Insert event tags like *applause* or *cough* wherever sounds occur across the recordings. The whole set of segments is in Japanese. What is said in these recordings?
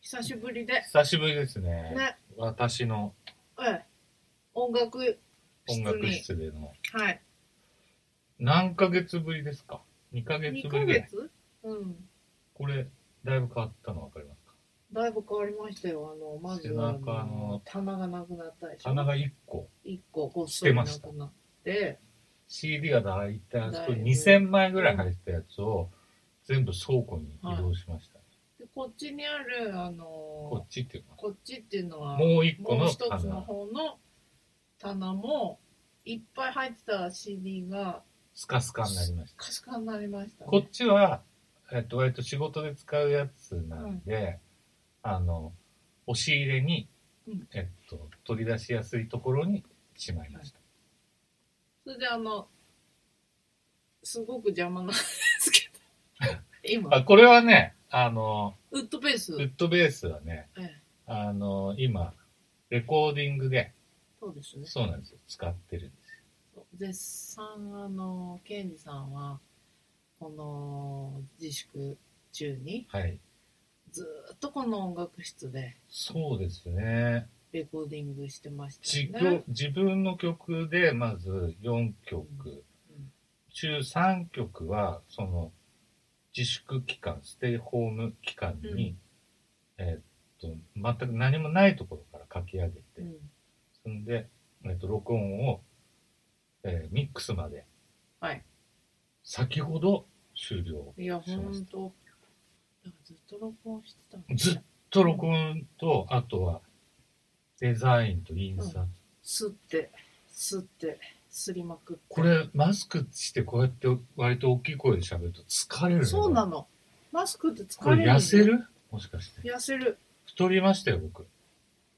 久しぶりで、久しぶりですね。ね、私のええ、音楽室音に楽室での。はい。何ヶ月ぶりですか ?2 ヶ月2ぶりヶぐらい。月うん。これ、だいぶ変わったの分かりますかだいぶ変わりましたよ。あの、まずは、背中あのの棚がなくなったでしょ。棚が1個。 1個ごっしそてりなまくしたなって、 CD がだいたいあそだいこぶ2000枚ぐらい入ったやつを全部倉庫に移動しました。でこっちにある、あのこっちっていうのこっちっていうのは、はもう1個もうの一つの棚。方の棚もいっぱい入ってた CD がスカスカになりました。カスカになりました、ね。こっちは、えっと、割と仕事で使うやつなんで、あの、押し入れに、うんえっと、取り出しやすいところにしまいました。それであのすごく邪魔なんですけ *laughs* ど今あこれはね、あの、ウッドベース、ウッドベースはね、ええ、あの、今、レコーディングで、そうですねそうなんですよ、使ってるんですよ。絶賛あのケンジさんはこの自粛中にはい。ずーっとこの音楽室でそうですね。レコーディングしてました自よね曲。自分の曲で、まず4曲、うん中3曲は、その、自粛期間、ステイホーム期間に、えーっと、全く何もないところから書き上げて、うんそんで、えーっと、録音を、えーミックスまで、はい先ほど終了。いやしまほしたんとだからずっと録音してたんずっと録音と、あとは、デザインと印刷。吸って吸ってすりまくってこれ、マスクしてこうやって割と大きい声で喋ると疲れるねそうなのマスクって疲これれるんだよ痩せるもしかして。痩せる太りましたよ、僕。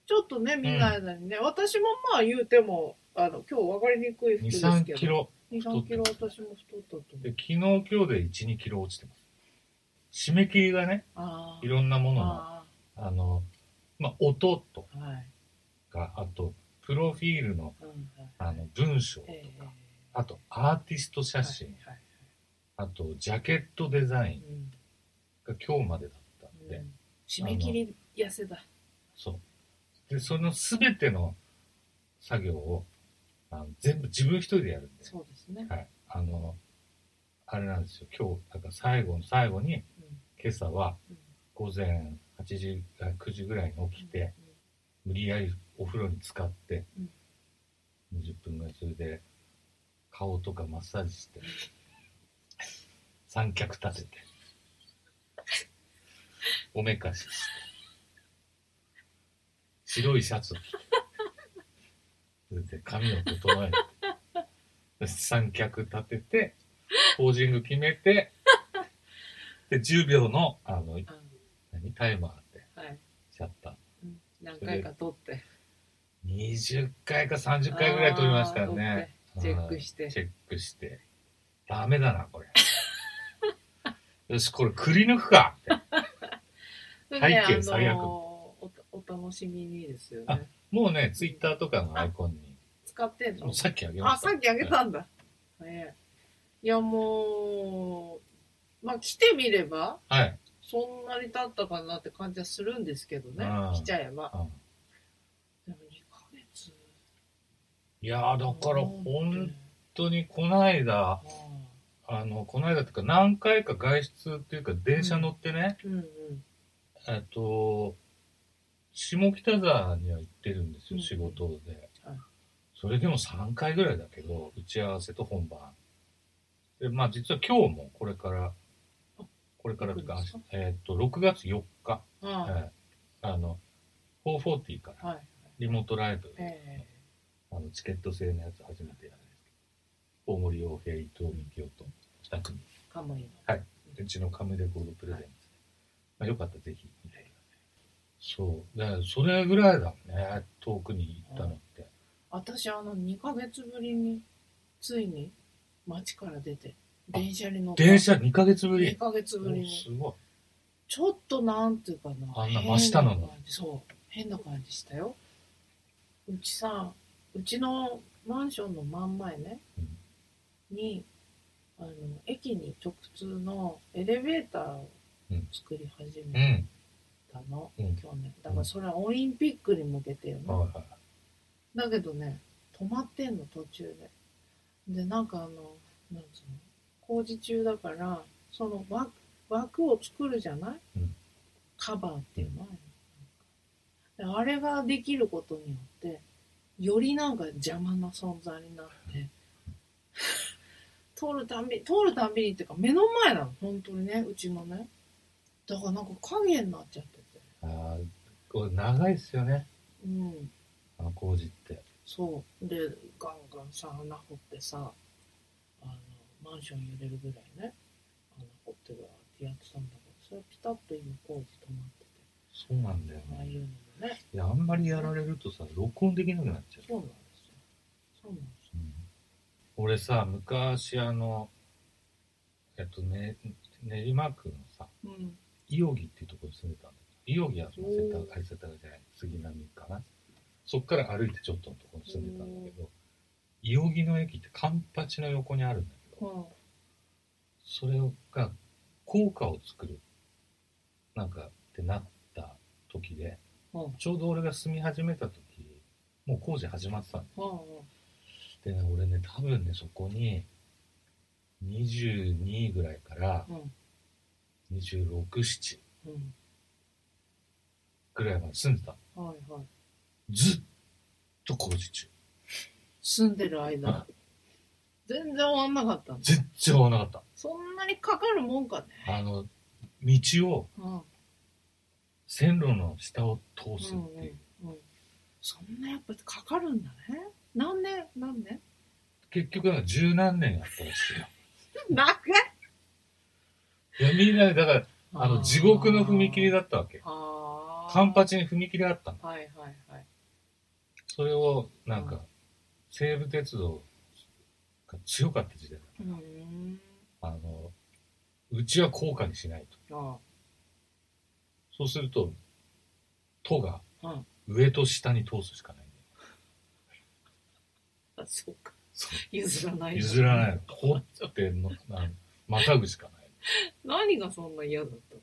ちょっとねみんな間にね、私もまあ言うてもあの今日分かりにくい服で2、す3けどキロ。 2 3キロ私も太ったと思でう昨日今日で1、2キロ落ちてます。締め切りがね、あいろんなもあのの、ああの、まあ、音とあはい、か、あと、プロフィールのうんはいあの文章とか、ええあと、アーティスト写真、はいはいあと、ジャケットデザインうんが今日までだったんうで、ん締め切り痩せだそう。で、そのすべての作業を、あの全部自分一人でやるんで、そうですね、はい。あの、あれなんですよ、今日、だから最後の最後に、うん今朝はうん午前8時、あ9時ぐらいに起きて、無理やりお風呂に浸かって、うん20分ぐらいそれで顔とかマッサージして三脚立てておめかしして白いシャツを着てそれで髪を整えてそして三脚立ててポージング決めてで10秒のあのうん何タイマーってはい、シャッターうん何回か撮って20回か30回ぐらい撮りましたよね。あー撮ってチェックしてうんチェックして。ダメだな、これ。 *laughs* よし、これくり抜くかって背背景最悪おお楽しみにですよあねもうね、ツイッターとかのアイコンに、使ってんのもうさっきあげまあした。さっきあげたんだ、ねいやもうまあ来てみればはい。そんなに経ったかなって感じはするんですけどねうん来ちゃえばうんでも2ヶ月いやー、だから本当にこの間、あの、この間っていうか何回か外出っていうか電車乗ってね、うんうんえっと、下北沢には行ってるんですうよ、ん仕事ではい。それでも3回ぐらいだけど、打ち合わせと本番。で、まあ実は今日もこれからあ、これからっていうか行くん、えっと、6月4日、ははいあの、440かいらはいリモートライブ、えあのチケット制のやつ初めてやるんですけど、大森洋平、伊藤美京と2組。ー、カムイのうちのカムレコードプレゼンツ、まあ、よかったらぜひ見てくださいそうだからそれぐらいだもんね遠くに行ったのって、私あの2ヶ月ぶりについに街から出て電車に乗った電車2ヶ月ぶ2りヶ月ぶりおにすごいちょっとなんていうかな。あんな真下なの変感じそう。変な感じしたよ。うちさ、うちのマンションの真ん前ね、うんに、あの、駅に直通のエレベーターを作り始うめんたったの、うん去年だからそれはオリンピックに向けてよね、はいはいだけどね止まってんの途中ででなんかあのなんつうの工事中だからその枠枠を作るじゃない、うんカバーっていうのであれができることによってよりなんか邪魔な存在になって *laughs* 通るたんび通るたんびにっていうか目の前なの本当にねうちのねだからなんか影になっちゃっててあーこれ長いっすよねうんあの工事ってそうでガンガンさ穴掘ってさあのマンション揺れるぐらいね穴掘ってぐらいってやってたんだけどそれピタッと今工事止まっててそうなんだよああいねうのもねいやあんまりやられるとさ録音できなくなっちゃうそうなんですよそうなんですよ俺さ昔あのえっとね練馬区のさうん伊予木っていうところに住んでたんだけど伊予木はそのおー世田谷あれ世田谷じゃない杉並かなそっから歩いてちょっとのところに住んでたんだけど伊予木の駅ってカンパチの横にあるんだけどうんそれが効果を作るなんかってなった時でうんちょうど俺が住み始めた時もう工事始まってたんだようんでね、俺ね、多分ね、そこに、22ぐらいからうん26、7うんぐらいまで住んでた。うんはいはいずっと工事中。住んでる間全然終わんなかったんだ全然終わらなかっそんなにかかるもんかねた。あの、道を、うん線路の下を通すっていう。うんうん、そんなやっぱかかるんだね何年何年結局、なんか十何年やったらしいよ。長いいや、みんなね、だから、あの、地獄の踏切だったわけ。あーカンパチに踏切があったの。はいはいはいそれを、なんうんか、西武鉄道が強かった時代だ。うーんあの、うちは高価にしないと。あそうすると、都がうん上と下に通すしかないんだよ。あそうか譲らない譲らないいの。ほっての、あのまたぐしかない。何がそんな嫌だったの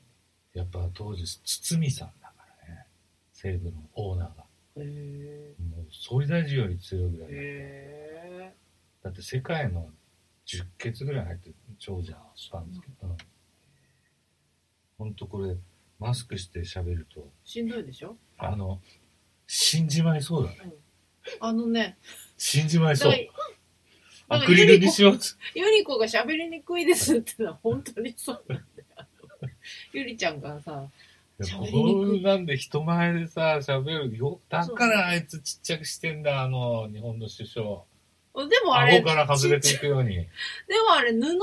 やっぱ当時、堤さんだからね。西武のオーナーが。へえもう総理大臣より強いぐらいだっへた。えだって世界の10ケツぐらい入ってる長者したんですけど。うんほんとこれ、マスクして喋ると、しんどいでしょ、あの、死んじまいそうだね。うん、あのね死んじまいだそからう。アクリルにしようっつゆり子が喋りにくいですってのは本当にそうなんだよあのゆりちゃんがさいや喋りにくこいんなんで人前でさ、喋るよ。だからあいつちっちゃくしてんだ、あの、日本の首相。でもあれ顎から外れていくように。でもあれ布の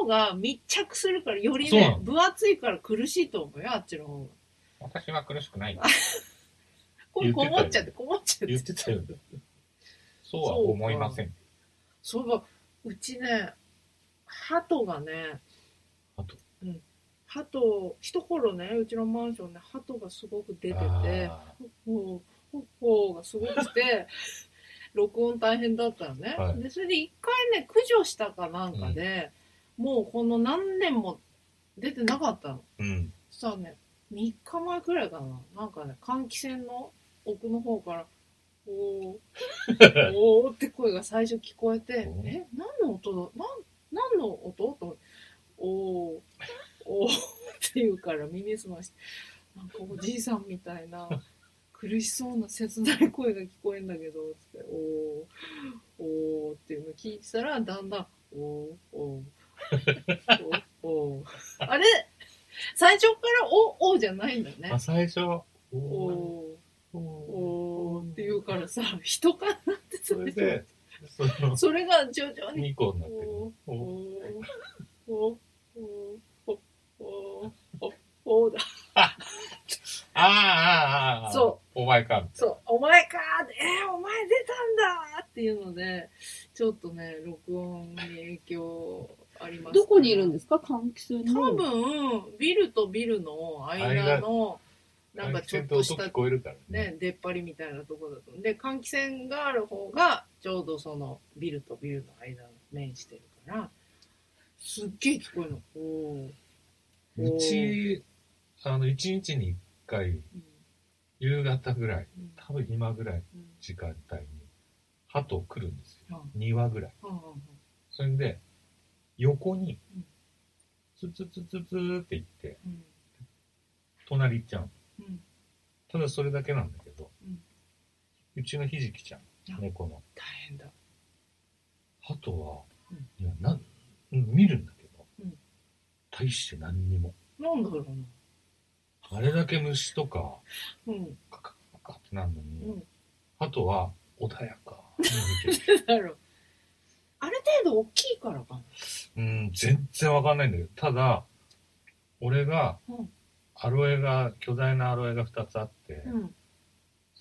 方が密着するからよりそうなねの分厚いから苦しいと思うよあっちの方が私は苦しくない。これ言ってたこもよっちゃってこもっちゃって言ってたよ。そうは思いません。そういえばうちね鳩がね鳩うん鳩一頃ねうちのマンションね鳩がすごく出ててあほうほうほうがすごくて *laughs* 録音大変だったのね、はいでそれで一回ね駆除したかなんかで、もうこの何年も出てなかったのーうん。さあね3日前くらいかななんかね換気扇の奥の方から「おーおー」って声が最初聞こえて「おえ何の音だなん何の音?」と思って「おーおー」って言うから耳すましてなんかおじいさんみたいな苦しそうな切ない声が聞こえんだけどつって「おーおー」っていうのを聞いてたらだんだん「おーおーおーおー」あれ最初からお「お」じゃないんだねまあ。最初、おーおおーおーおーって言うからさ人かなってそれで、その、それが徐々に2個になってるおーおーおおー。ーおーおーおーおーだあーあー、あーあー、。そうお前か。そう「お前か!」って「えー、お前出たんだ!」っていうのでちょっとね録音に影響ありますどこにいるんでですか換気扇すの多分ビルとビルの間のなんかちょっとし換気扇た音聞こえるからね。ね、出っ張りみたいなとこだとで換気扇がある方がちょうどそのビルとビルの間に面してるからすっげえ聞こえるのおーおーうち、あの、1日に1回、うん夕方ぐらい、うん多分今ぐらい、うん時間帯に、鳩来るんですよ。あ2羽ぐらい。あああそれで、横にうん、ツツツツツーって行って、うん隣行っちゃう。うんただそれだけなんだけど、うんうちのひじきちゃんあ、猫の。大変だ鳩は、うんいやなんうん見るんだけど、うん大して何にもなんだろうなあれだけ虫とかうんカカカカってなるのに、うん鳩は穏やかに見てるだろうある程度大きいからかなうん全然わかんないんだけどただ俺がうんアロエが巨大なアロエが2つあって、うん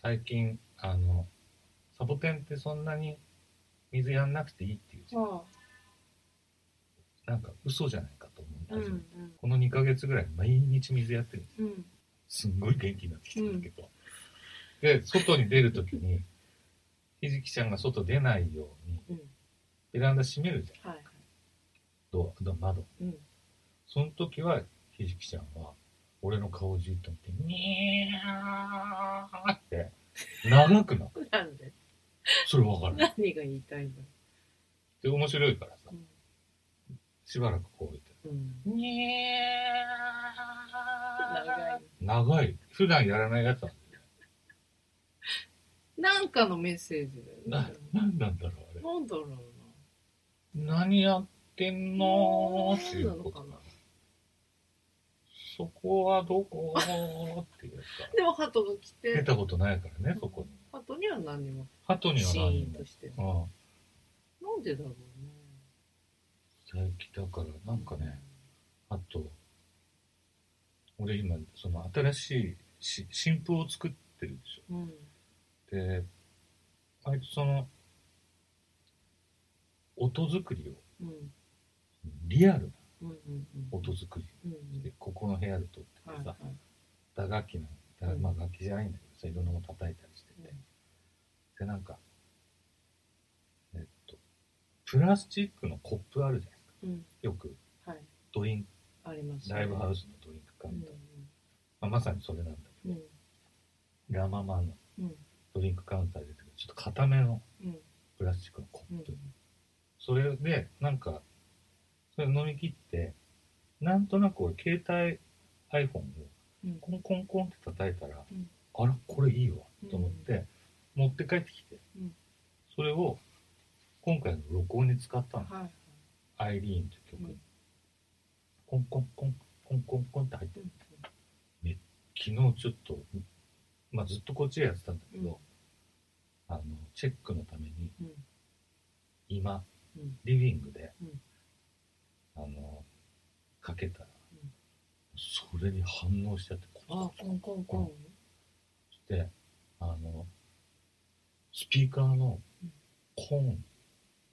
最近あのサボテンってそんなに水やんなくていいっていうじゃんあなんか嘘じゃないかと思あうう、んうんこの2ヶ月ぐらい毎日水やってるうんすんごい元気になってきたんだけど。で、外に出るときに、ひじきちゃんが外出ないように、うんベランダ閉めるじゃん、はいはいドア、ドア窓。うんその時は、ひじきちゃんは、俺の顔をじっと見て、にゃーって、長くなる。なんでそれわかる。 *laughs* 何が言いたいので、面白いからさう、んしばらくこう置いてうんる。に長ゃいー長い。普段やらないやつなんだよ。なんかのメッセージだよなね、なんなんだろう、あれ。なんだろうな何やってんのーっていう何なこのとかなそこはどこっていうかでも鳩が来出てたことないからねそこに鳩には何にも鳩にはシ何ーンもとしてああなんでだろうね最近だからなんかねあと俺今その新しいし新譜を作ってるでしうんょで割とその音作りをうんリアルなうんうんうん音作りうんでここの部屋で撮っててさ、はいはい打楽器なんだまあ楽器じゃないんだけどさいろんなもの叩いたりしてて、うんでなんかえっとプラスチックのコップあるじゃないですかうんよくはいドリンクありますライブハウススのドリンク缶うみんたいな、まあ、まさにそれなんだけうんど、ラ・ママのうんドリンクカウンターで出てくるちょっと固めのうんプラスチックのコうッんプ、それでなんかそれ飲み切ってなんとなく俺携帯 iPhone をうんコンコンコンって叩いたら、うんあらこれいいわと思って、持って帰ってきて、うんそれを今回の録音に使ったのはいはい「アイリーン」って曲、うんコンコンコンコンコンコンって入ってうん昨日ちょっと、まあ、ずっとこっちでやってたんだけど、あのチェックのためにうん今うんリビングで、うんあのかけたら、うんそれに反応しちゃってこあコンコンコンってあのスピーカーのうんコーン、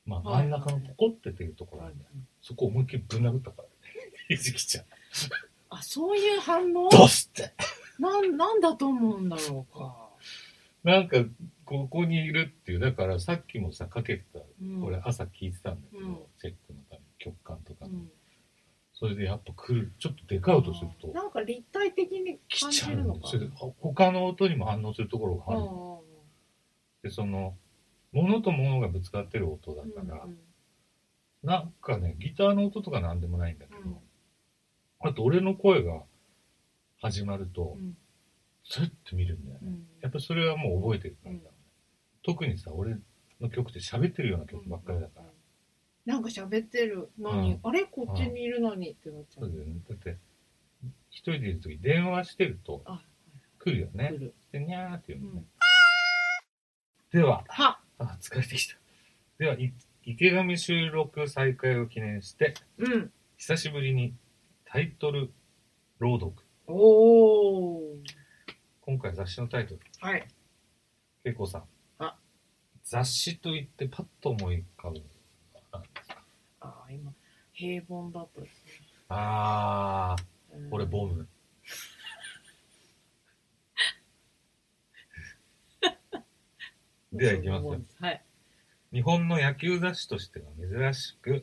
まあ、は真いんはい中のポコって出るところあはいるんだよ、そこ思いっきりぶん殴ったから *laughs* ねひじきちゃんあそういう反応ドスってなんなんだと思うんだろうかなんかここにいるっていうだからさっきもさかけてたうんこれ朝聞いてたんだけど、うんチェックのために曲感とかうに、んそれでやっぱ来るちょっとでかい音するとなんか立体的に来感ちじゃうるんのでかそれで他の音にも反応するところがなうある、んうんうんでその物と物がぶつかってる音だうんから、うんなんかね、ギターの音とかなんでもないんだけど、うんあと俺の声が始まるとう、んスッて見るんだようね。んやっぱそれはもう覚えてるからだろうね。特にさ、俺の曲って喋ってるような曲ばっかりだから。なんか喋ってるのに、うんあれこっちにいるのにってなっちゃそうう。だよね。だって、一人でいるとき電話してるとあ、来るよね来。る。で、にゃーって言ううのねん。。では、は、あ、疲れてきた。では、い池上収録再開を記念して、うん。久しぶりにタイトル朗読。おー。今回雑誌のタイトル。はい。恵子さんあ雑誌といってパッと思い浮かぶああ、今、平凡だと。ああうん俺ボ *laughs* ムではいきますよ。はい。日本の野球雑誌としては珍しく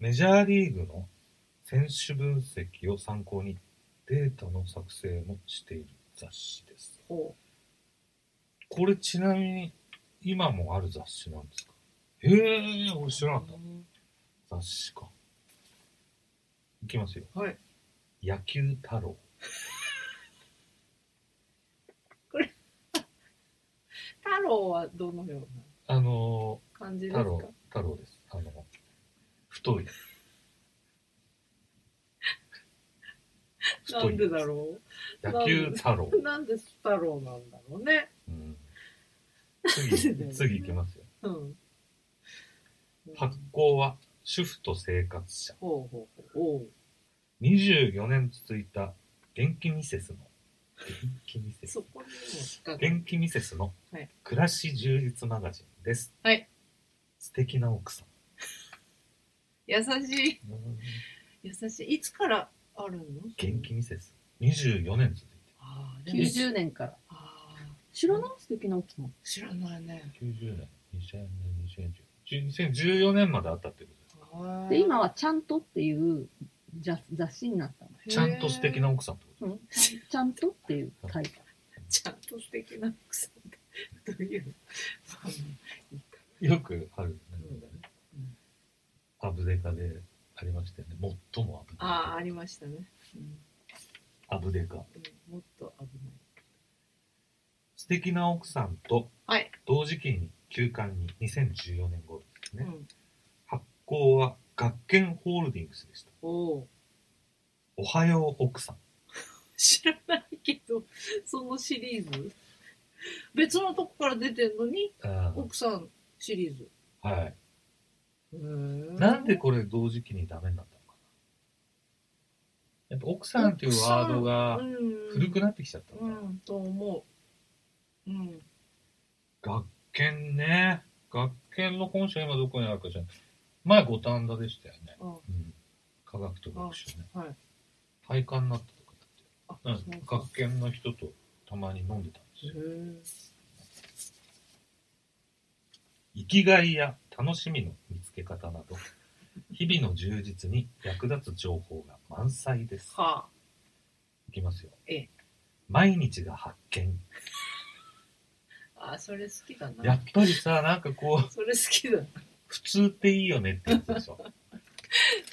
メジャーリーグの選手分析を参考にデータの作成もしている雑誌です。ほこれちなみに今もある雑誌なんですかへえ、俺知らうなかっ。た。雑誌か。いきますよ。はい。野球太郎。太郎はどのようなあの感じー、です太か郎、太郎です。あの、太い。 *laughs* なんでだう。ろ野球太郎。うなんで太郎なんだろうね。うんなん *laughs* でだよ次、ね次いきますよ。うん。発行は主婦と生活者。ほうほうほう。おう24年続いた元気ミセスの、元気ミセスそこにも引っかかる元気ミセスのはい暮らし充実マガジンです。はい。素敵な奥さん。優しい、優しい。いつからあるの元気ミセス。24年続いああ、でも90年から。ああ、知らない素敵な奥さん。知らないね。て90年、2000年、2010 2014年まであったってことで、今はちゃんとっていう雑雑誌になったの。です。ちゃんと素敵な奥さんってことうん、ちゃんとっていうタイトル。ちゃんと素敵な奥さんがどういうのよくあるよねそうだねうん。アブデカでありましたよね。最もアブデカ。ああありましたね、うんアブデカ。うん、もっと危ない素敵な奥さんとはい同時期に休刊に2014年頃ですね、うん、発行は学研ホールディングスでしたおおおはよう奥さん知らないけどそのシリーズ別のとこから出てるのにあ奥さんシリーズーはいへーなんでこれ同時期にダメになったのかなやっぱ奥さんっていうワードがうん古くなってきちゃったのかうな、んと思ううん学研ね学研の本社今どこにあるかじゃん前五反田でしたよね、あうん、科学と学習ねあはい体感になったとかあだっそて、うん、うか学研の人とたまに飲んでたんですへよー生きがいや楽しみの見つけ *laughs* 方など日々の充実に役立つ情報が満載ですはあいきますよええ毎日が発見あーそれ好きだやなっぱりさなんかこうそれ好きだな普通っていいよねってやつで *laughs* しょ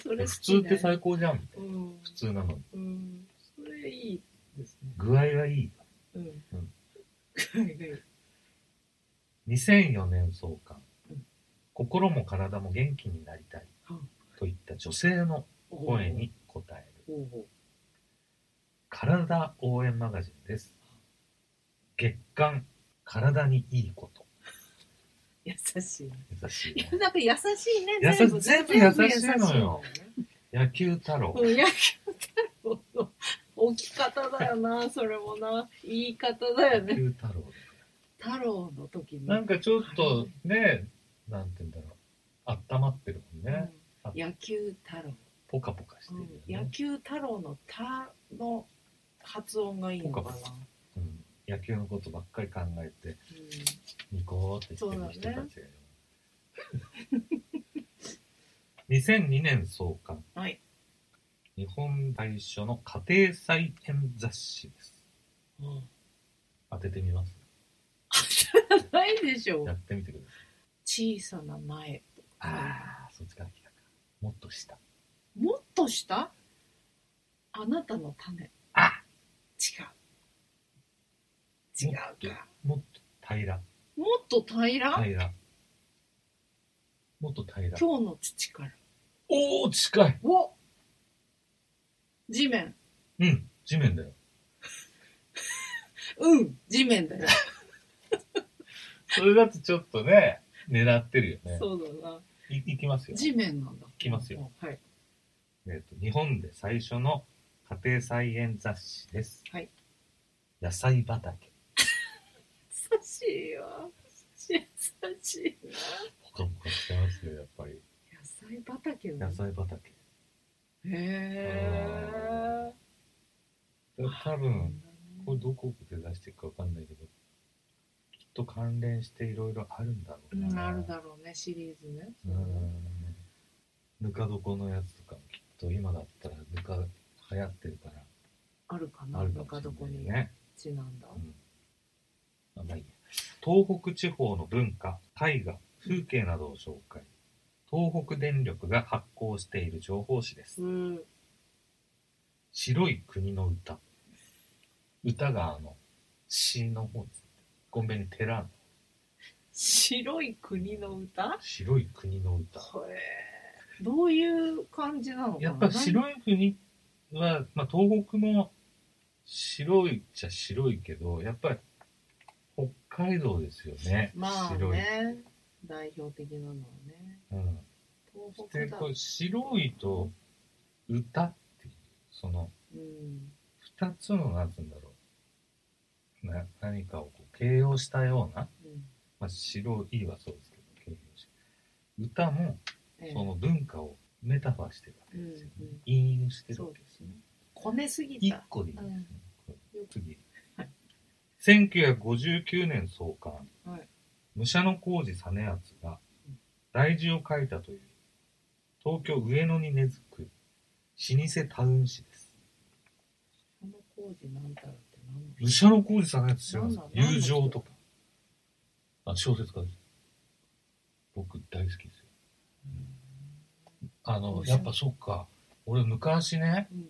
それ好普きだ通って最高じゃんみたいうなん普通なのにうんそれいいですね具合がいいうんうんはい *laughs* はい2004年創刊うん心も体も元気になりたいうんといった女性の声に応えるほうほ体応援マガジンです月刊体にいいことう優しい優しいいやね *laughs* なんか優しいね優し全部全部優しいのよ野球太郎全部優しいのよねうん野球太郎の置き方だよなそれもな言い方だよ野ね球太郎太郎の時になんかちょっとねなんて言うんだろうあったまってるもんね、うん野球太郎、ポカポカしてうるんよ野ね、球太郎の「た」の発音がいいのかなポカポうん野球のことばっかり考えてうんニコーってしてるそう人だたちがねいる、2002年創刊はい日本最初の家庭菜園雑誌です当ててみますないでしょやってみてください小さな苗とかああそっちから来たかもっと下もっと下あなたの種あ違う違うもっかともっと平らもっと平ら、平ら。もっと平ら。今日の土からおお、近い。お地面うん、地面だよ。うん地面だよ、それだとちょっとね、狙ってるよね。そうだないいきますよ。地面なんだいきますよはいえっと日本で最初の家庭菜園雑誌です。はい。野菜畑。優しいよ優しいなポカポカしてますよ、やっぱり。野菜畑な野のへ菜畑。え多分、これどこで出していくかわかんないけど、きっと関連していろいろあるんだろうなな。るだろうねシリーズねうんぬか床のやつとかもきっと今だったらぬか流行ってるからあるかあなるぬかかもし床れないにね。ちなんだ。あまあいいや東北地方の文化、絵画、風景などを紹介。東北電力が発行している情報誌です。うん。白い国の歌。歌があの、詩の方です。ごめん、寺の白い国の歌。白い国の歌。へーどういう感じなのかな。やっぱ白い国は、まあ、東北も白いっちゃ白いけど、やっぱり北海道ですよね。まあ白い。ね、代表的なのはね。うん東北でだこ。れ白いと歌っていうそのうん。 2つの何て言うんだろうな何かをこう形容したような、うんまあ、白いはそうですけど形容し歌もええその文化をメタファーしてるわけですよね、うんうん引用してるそわうけでですすよねね。こねすぎ1た。個でいいですね、うん次はい1959年創刊、はい武者の工事実篤がうん大字を書いたという東京上野に根付く老舗タウン誌ですこの工事なんたらって何武者の工事実篤知らないですかなんだ友情とかあ小説家です僕大好きですよあの武者やっぱそっか俺昔ねうん。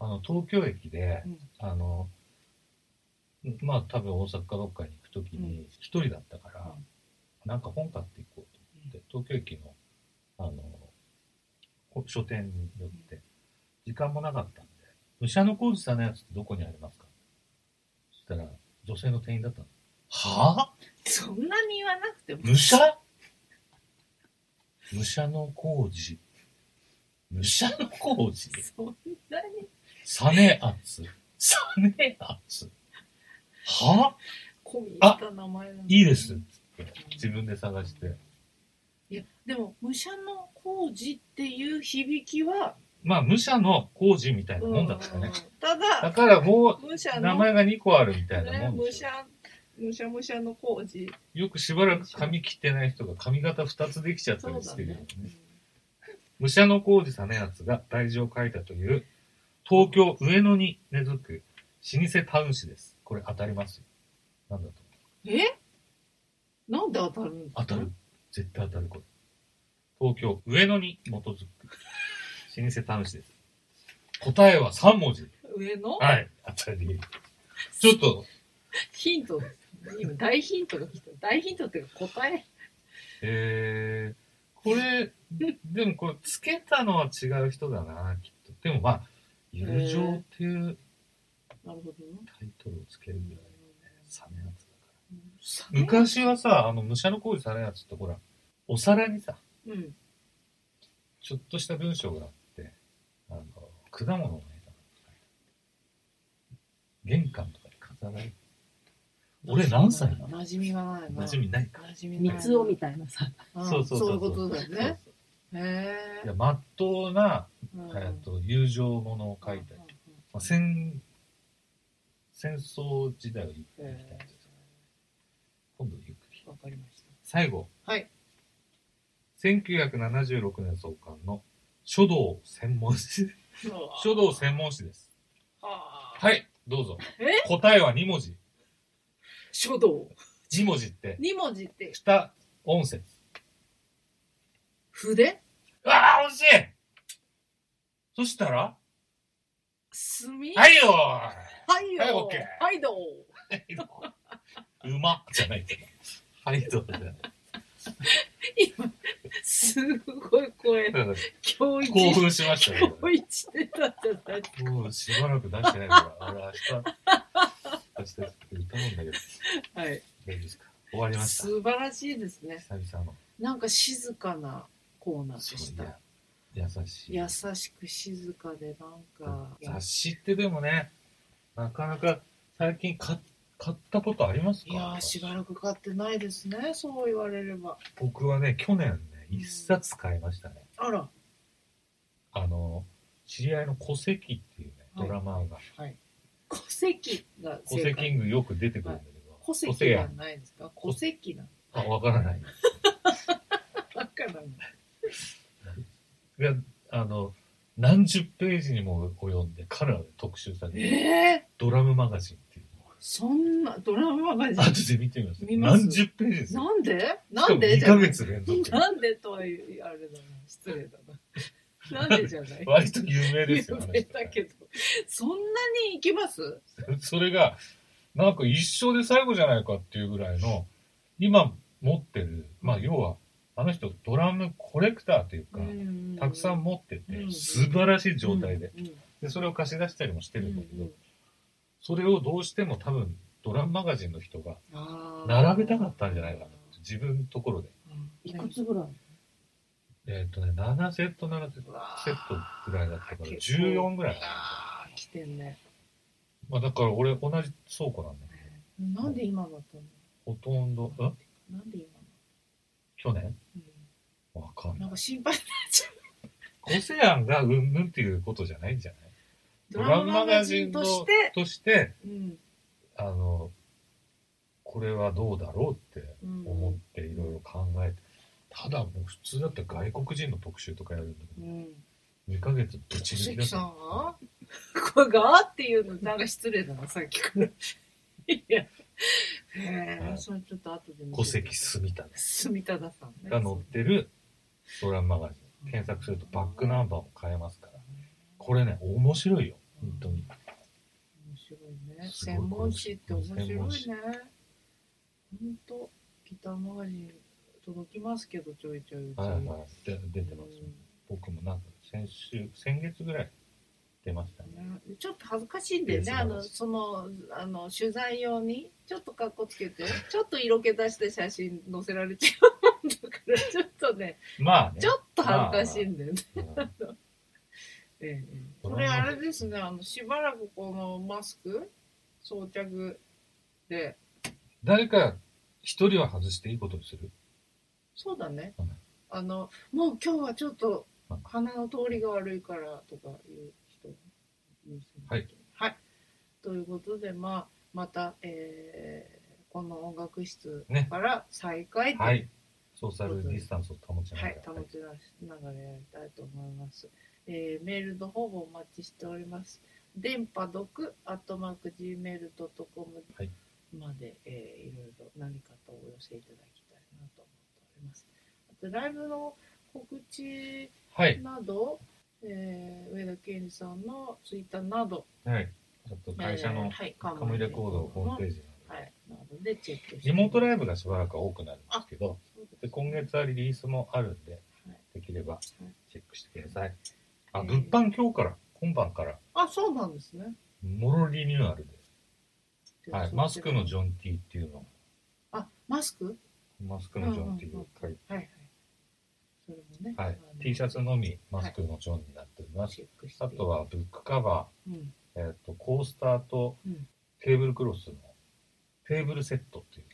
あの東京駅で、うんあのまあ多分大阪かどっかに行く時うに一人だったから、うんなんか本買っていこうと思って、東京駅のあのこ書店に寄って、時間もなかったんで「武者の工事さんのやつってどこにありますか?」そしたら女性の店員だったの「はあそんなに言わなくても。武者武者の工事武者の工事そんなに。サネアツ。サネアツ。は込み入った名前なんだいいです。。自分で探して。いや、でも、武者の工事っていう響きは、まあ、武者の工事みたいなうんもんだからね。ただだ、からも武う、者名の、前が2個あるみたいなもね、ん武ですよ。者、武者武者の工事。よくしばらく髪切ってない人が髪型2つできちゃったそうりだしてるよねね。。武者の工事実篤が大字を書いたという、東京上野に根付く老舗タウン誌です。これ当たりますよ。なんだと思うえなんで当たるんですか当たる。絶対当たるこれ。東京、上野に基づく。老舗タウン市です。答えは3文字。上のはい。当たり。ちょっと、ヒントです。今、大ヒントが来た。大ヒントっていうか答え。えー、これ、でもこれ、つけたのは違う人だな、きっと。でもまあ、友情っていうなるほどね。タイトルをつけるぐらい、サメやつだかさら。昔はさ、あの、武者の工事サメやつってほら、お皿にさ、うん。ちょっとした文章があって、あの、果物の枝玄関とかに飾られて。俺何歳なの馴染みがないな。馴染みないか。馴染みない。三つをみたいなさ。うんそうそうそうそういうことだよね。そへうそういえや、。まっとうな、うんえっと、友情ものを書いたり、まあ、戦、戦争時代を生きたうんうんやへつです。今度ゆっくり。ーわかりました。最後。はい。 1976年創刊の書道専門誌。書道専門誌です。はあはい、どうぞ。え答えは2文字。書道。 2文字って、二文字って二音節。筆うわあ、惜しいそしたら墨はいよはいはいよオッケーはいどうーうまじゃないけど。はい、どうだ。今、すごい声、今日興一、奮しましたね。今日一でたんじゃないもうしばらく出してないから、俺明日、明日歌うんだけど、はい。大丈夫ですか終わりました。素晴らしいですね。久々の。なんか静かなコーナーでしいたや。優しい優。しく静かでなんか、雑誌ってでもね、なかなか最近買っ買ったことありますかいやーしばらく買ってないですねそう言われれば僕はね、去年ね、一冊買いましたね。あらあの、知り合いの戸籍っていうね、はいドラマが、戸籍が戸正籍キ解ングよく出てくるんだけど、戸戸籍籍がやないんですか戸籍なんあ、わからない。だからないいや、あの、何十ページにも及んで、カラーで特集されてる、ええドラムマガジンっていうのがそんなドラマが後で見てみます。見ます何十ページですよ。なんでなんでしじかゃなも2ヶい月連続。 *laughs* なんでとは言うあれだな失礼だな *laughs* なんでじゃない割と有名ですよ。有名だけどそんなに行きますあの人 *laughs* それが、なんか一生で最後じゃないかっていうぐらいの、今持ってる、まあ要は、あの人ドラムコレクターというか、たくさん持っ持ってうて、ん素晴らしい状態で。うんうんで、それを貸し出したりもしてるんだけうどん、それをどうしても多分、ドラムマガジンの人があー並べたかったんじゃないかな。自分のところで。うんいくつぐらいえっ、とね、7セット、7セットうわーセットぐらいだったから、結構14ぐらいかな。あー来てんねまあだから俺同じ倉庫なんだけど、なんで今だったのほとんど、んなんで今なの去年うわかんんない。なんか心配コセアンがうんぬんっていうことじゃないんじゃないドラママガジンとして、として、うんあの、これはどうだろうってうん思っていろいろ考えて、ただもう普通だったら外国人の特集とかやるんだけうど、ん2ヶ月ぶち抜き関だっさた。んはこれがっていうのなんか失礼だなさっきから。いや、へえ、それちょっと後で見て戸籍住みた住田さんね。が載ってるドラママガジン。検索するとバックナンバーも変えますから。これね、面白いよ。本当に。面白いね。すごい専門誌って面白いね専門誌。本当ギターマガジン届きますけどちょいちょい。うちはいはい。で出てます、ね。僕もなんか先週、先月ぐらい出ましたね。うんねちょっと恥ずかしいんだよいね、やあのそのあの取材用に、ちょっとかっこつけて、ちょっと色気出して写真載せられちゃうんだから、 *laughs* ちょっとね、まあね。ちょっと恥ずかしいんだよね。うんええこれあれですね、あのしばらくこのマスク装着で、誰か一人は外していいことにするそうだねうん、あのもう今日はちょっと鼻の通りが悪いからとかいう人いますねはい。はい。ということで、まあ、また、えーこの音楽室ねから再開とは、い。ソーシャルディスタンスを保ちながはら。い、保ちながらやりたいと思います。えーメールの方もお待ちしております。電波毒、アットマーク Gmail.com はいまで、えーいろいろ何かとお寄せいただきたいなと思っております。あと、ライブの告知はい。など、えー上田健二さんのツイッターなど、はい。あと会社えーのはい、カカムイレコードのホームペジ。ージなはい、などどででチェックして。リモートライイブがしばらく多くなるんですけど、で今月はリリースもあるんで、できればチェックしてください。あ、えー物販今日から、今晩から、あ、そうなんですね。もろリニューアルです。はい。マスクのジョンティーっていうのをあ、マスクマスクのジョンっていうか、はいはいはい。それもね。はい、T シャツのみマスをクのジョンになっております。チェックして。あとはブックカバうん、ー、えっ、と、コースターとうんテーブルクロスのテーブルセットっていう。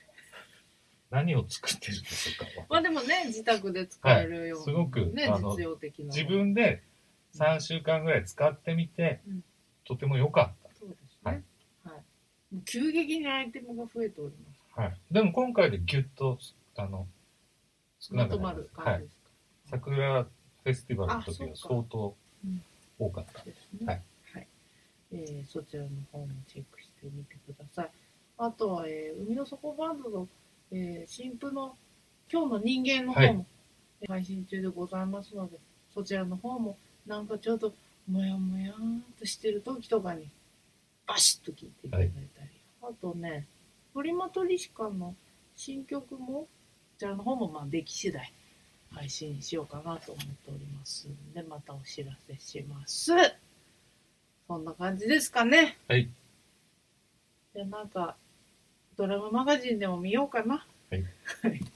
何を作ってるんでしょうまかあでもね、自宅で使えるような、はいすごくねあ、の実用的な。自分で3週間ぐらい使ってみて、うんとても良かっそうですはねい。はい。もう急激にアイテムが増えておりまた。はい。でも今回でギュッと、あの、す。少まなとくなまりまるした。は感いじ。ですか。桜フェスティバルの時はあそう相当うん多かった。ですね。はい。えーそちらの方もチェックしてみてください。あとは、えー海の底バンドの、えー新婦の今日の人間の方も、はえー配信中でございますので、そちらの方もなんかちょっともやもやーっとしてる時とかにバシッと聞いていただいたり、あとね、プリマトリシカの新曲も、こちらの方もまあ出来次第配信しようかなと思っておりますんで、またお知らせします。そんな感じですかね。はい。じゃあなんか、ドラママガジンでも見ようかな。はい。はい。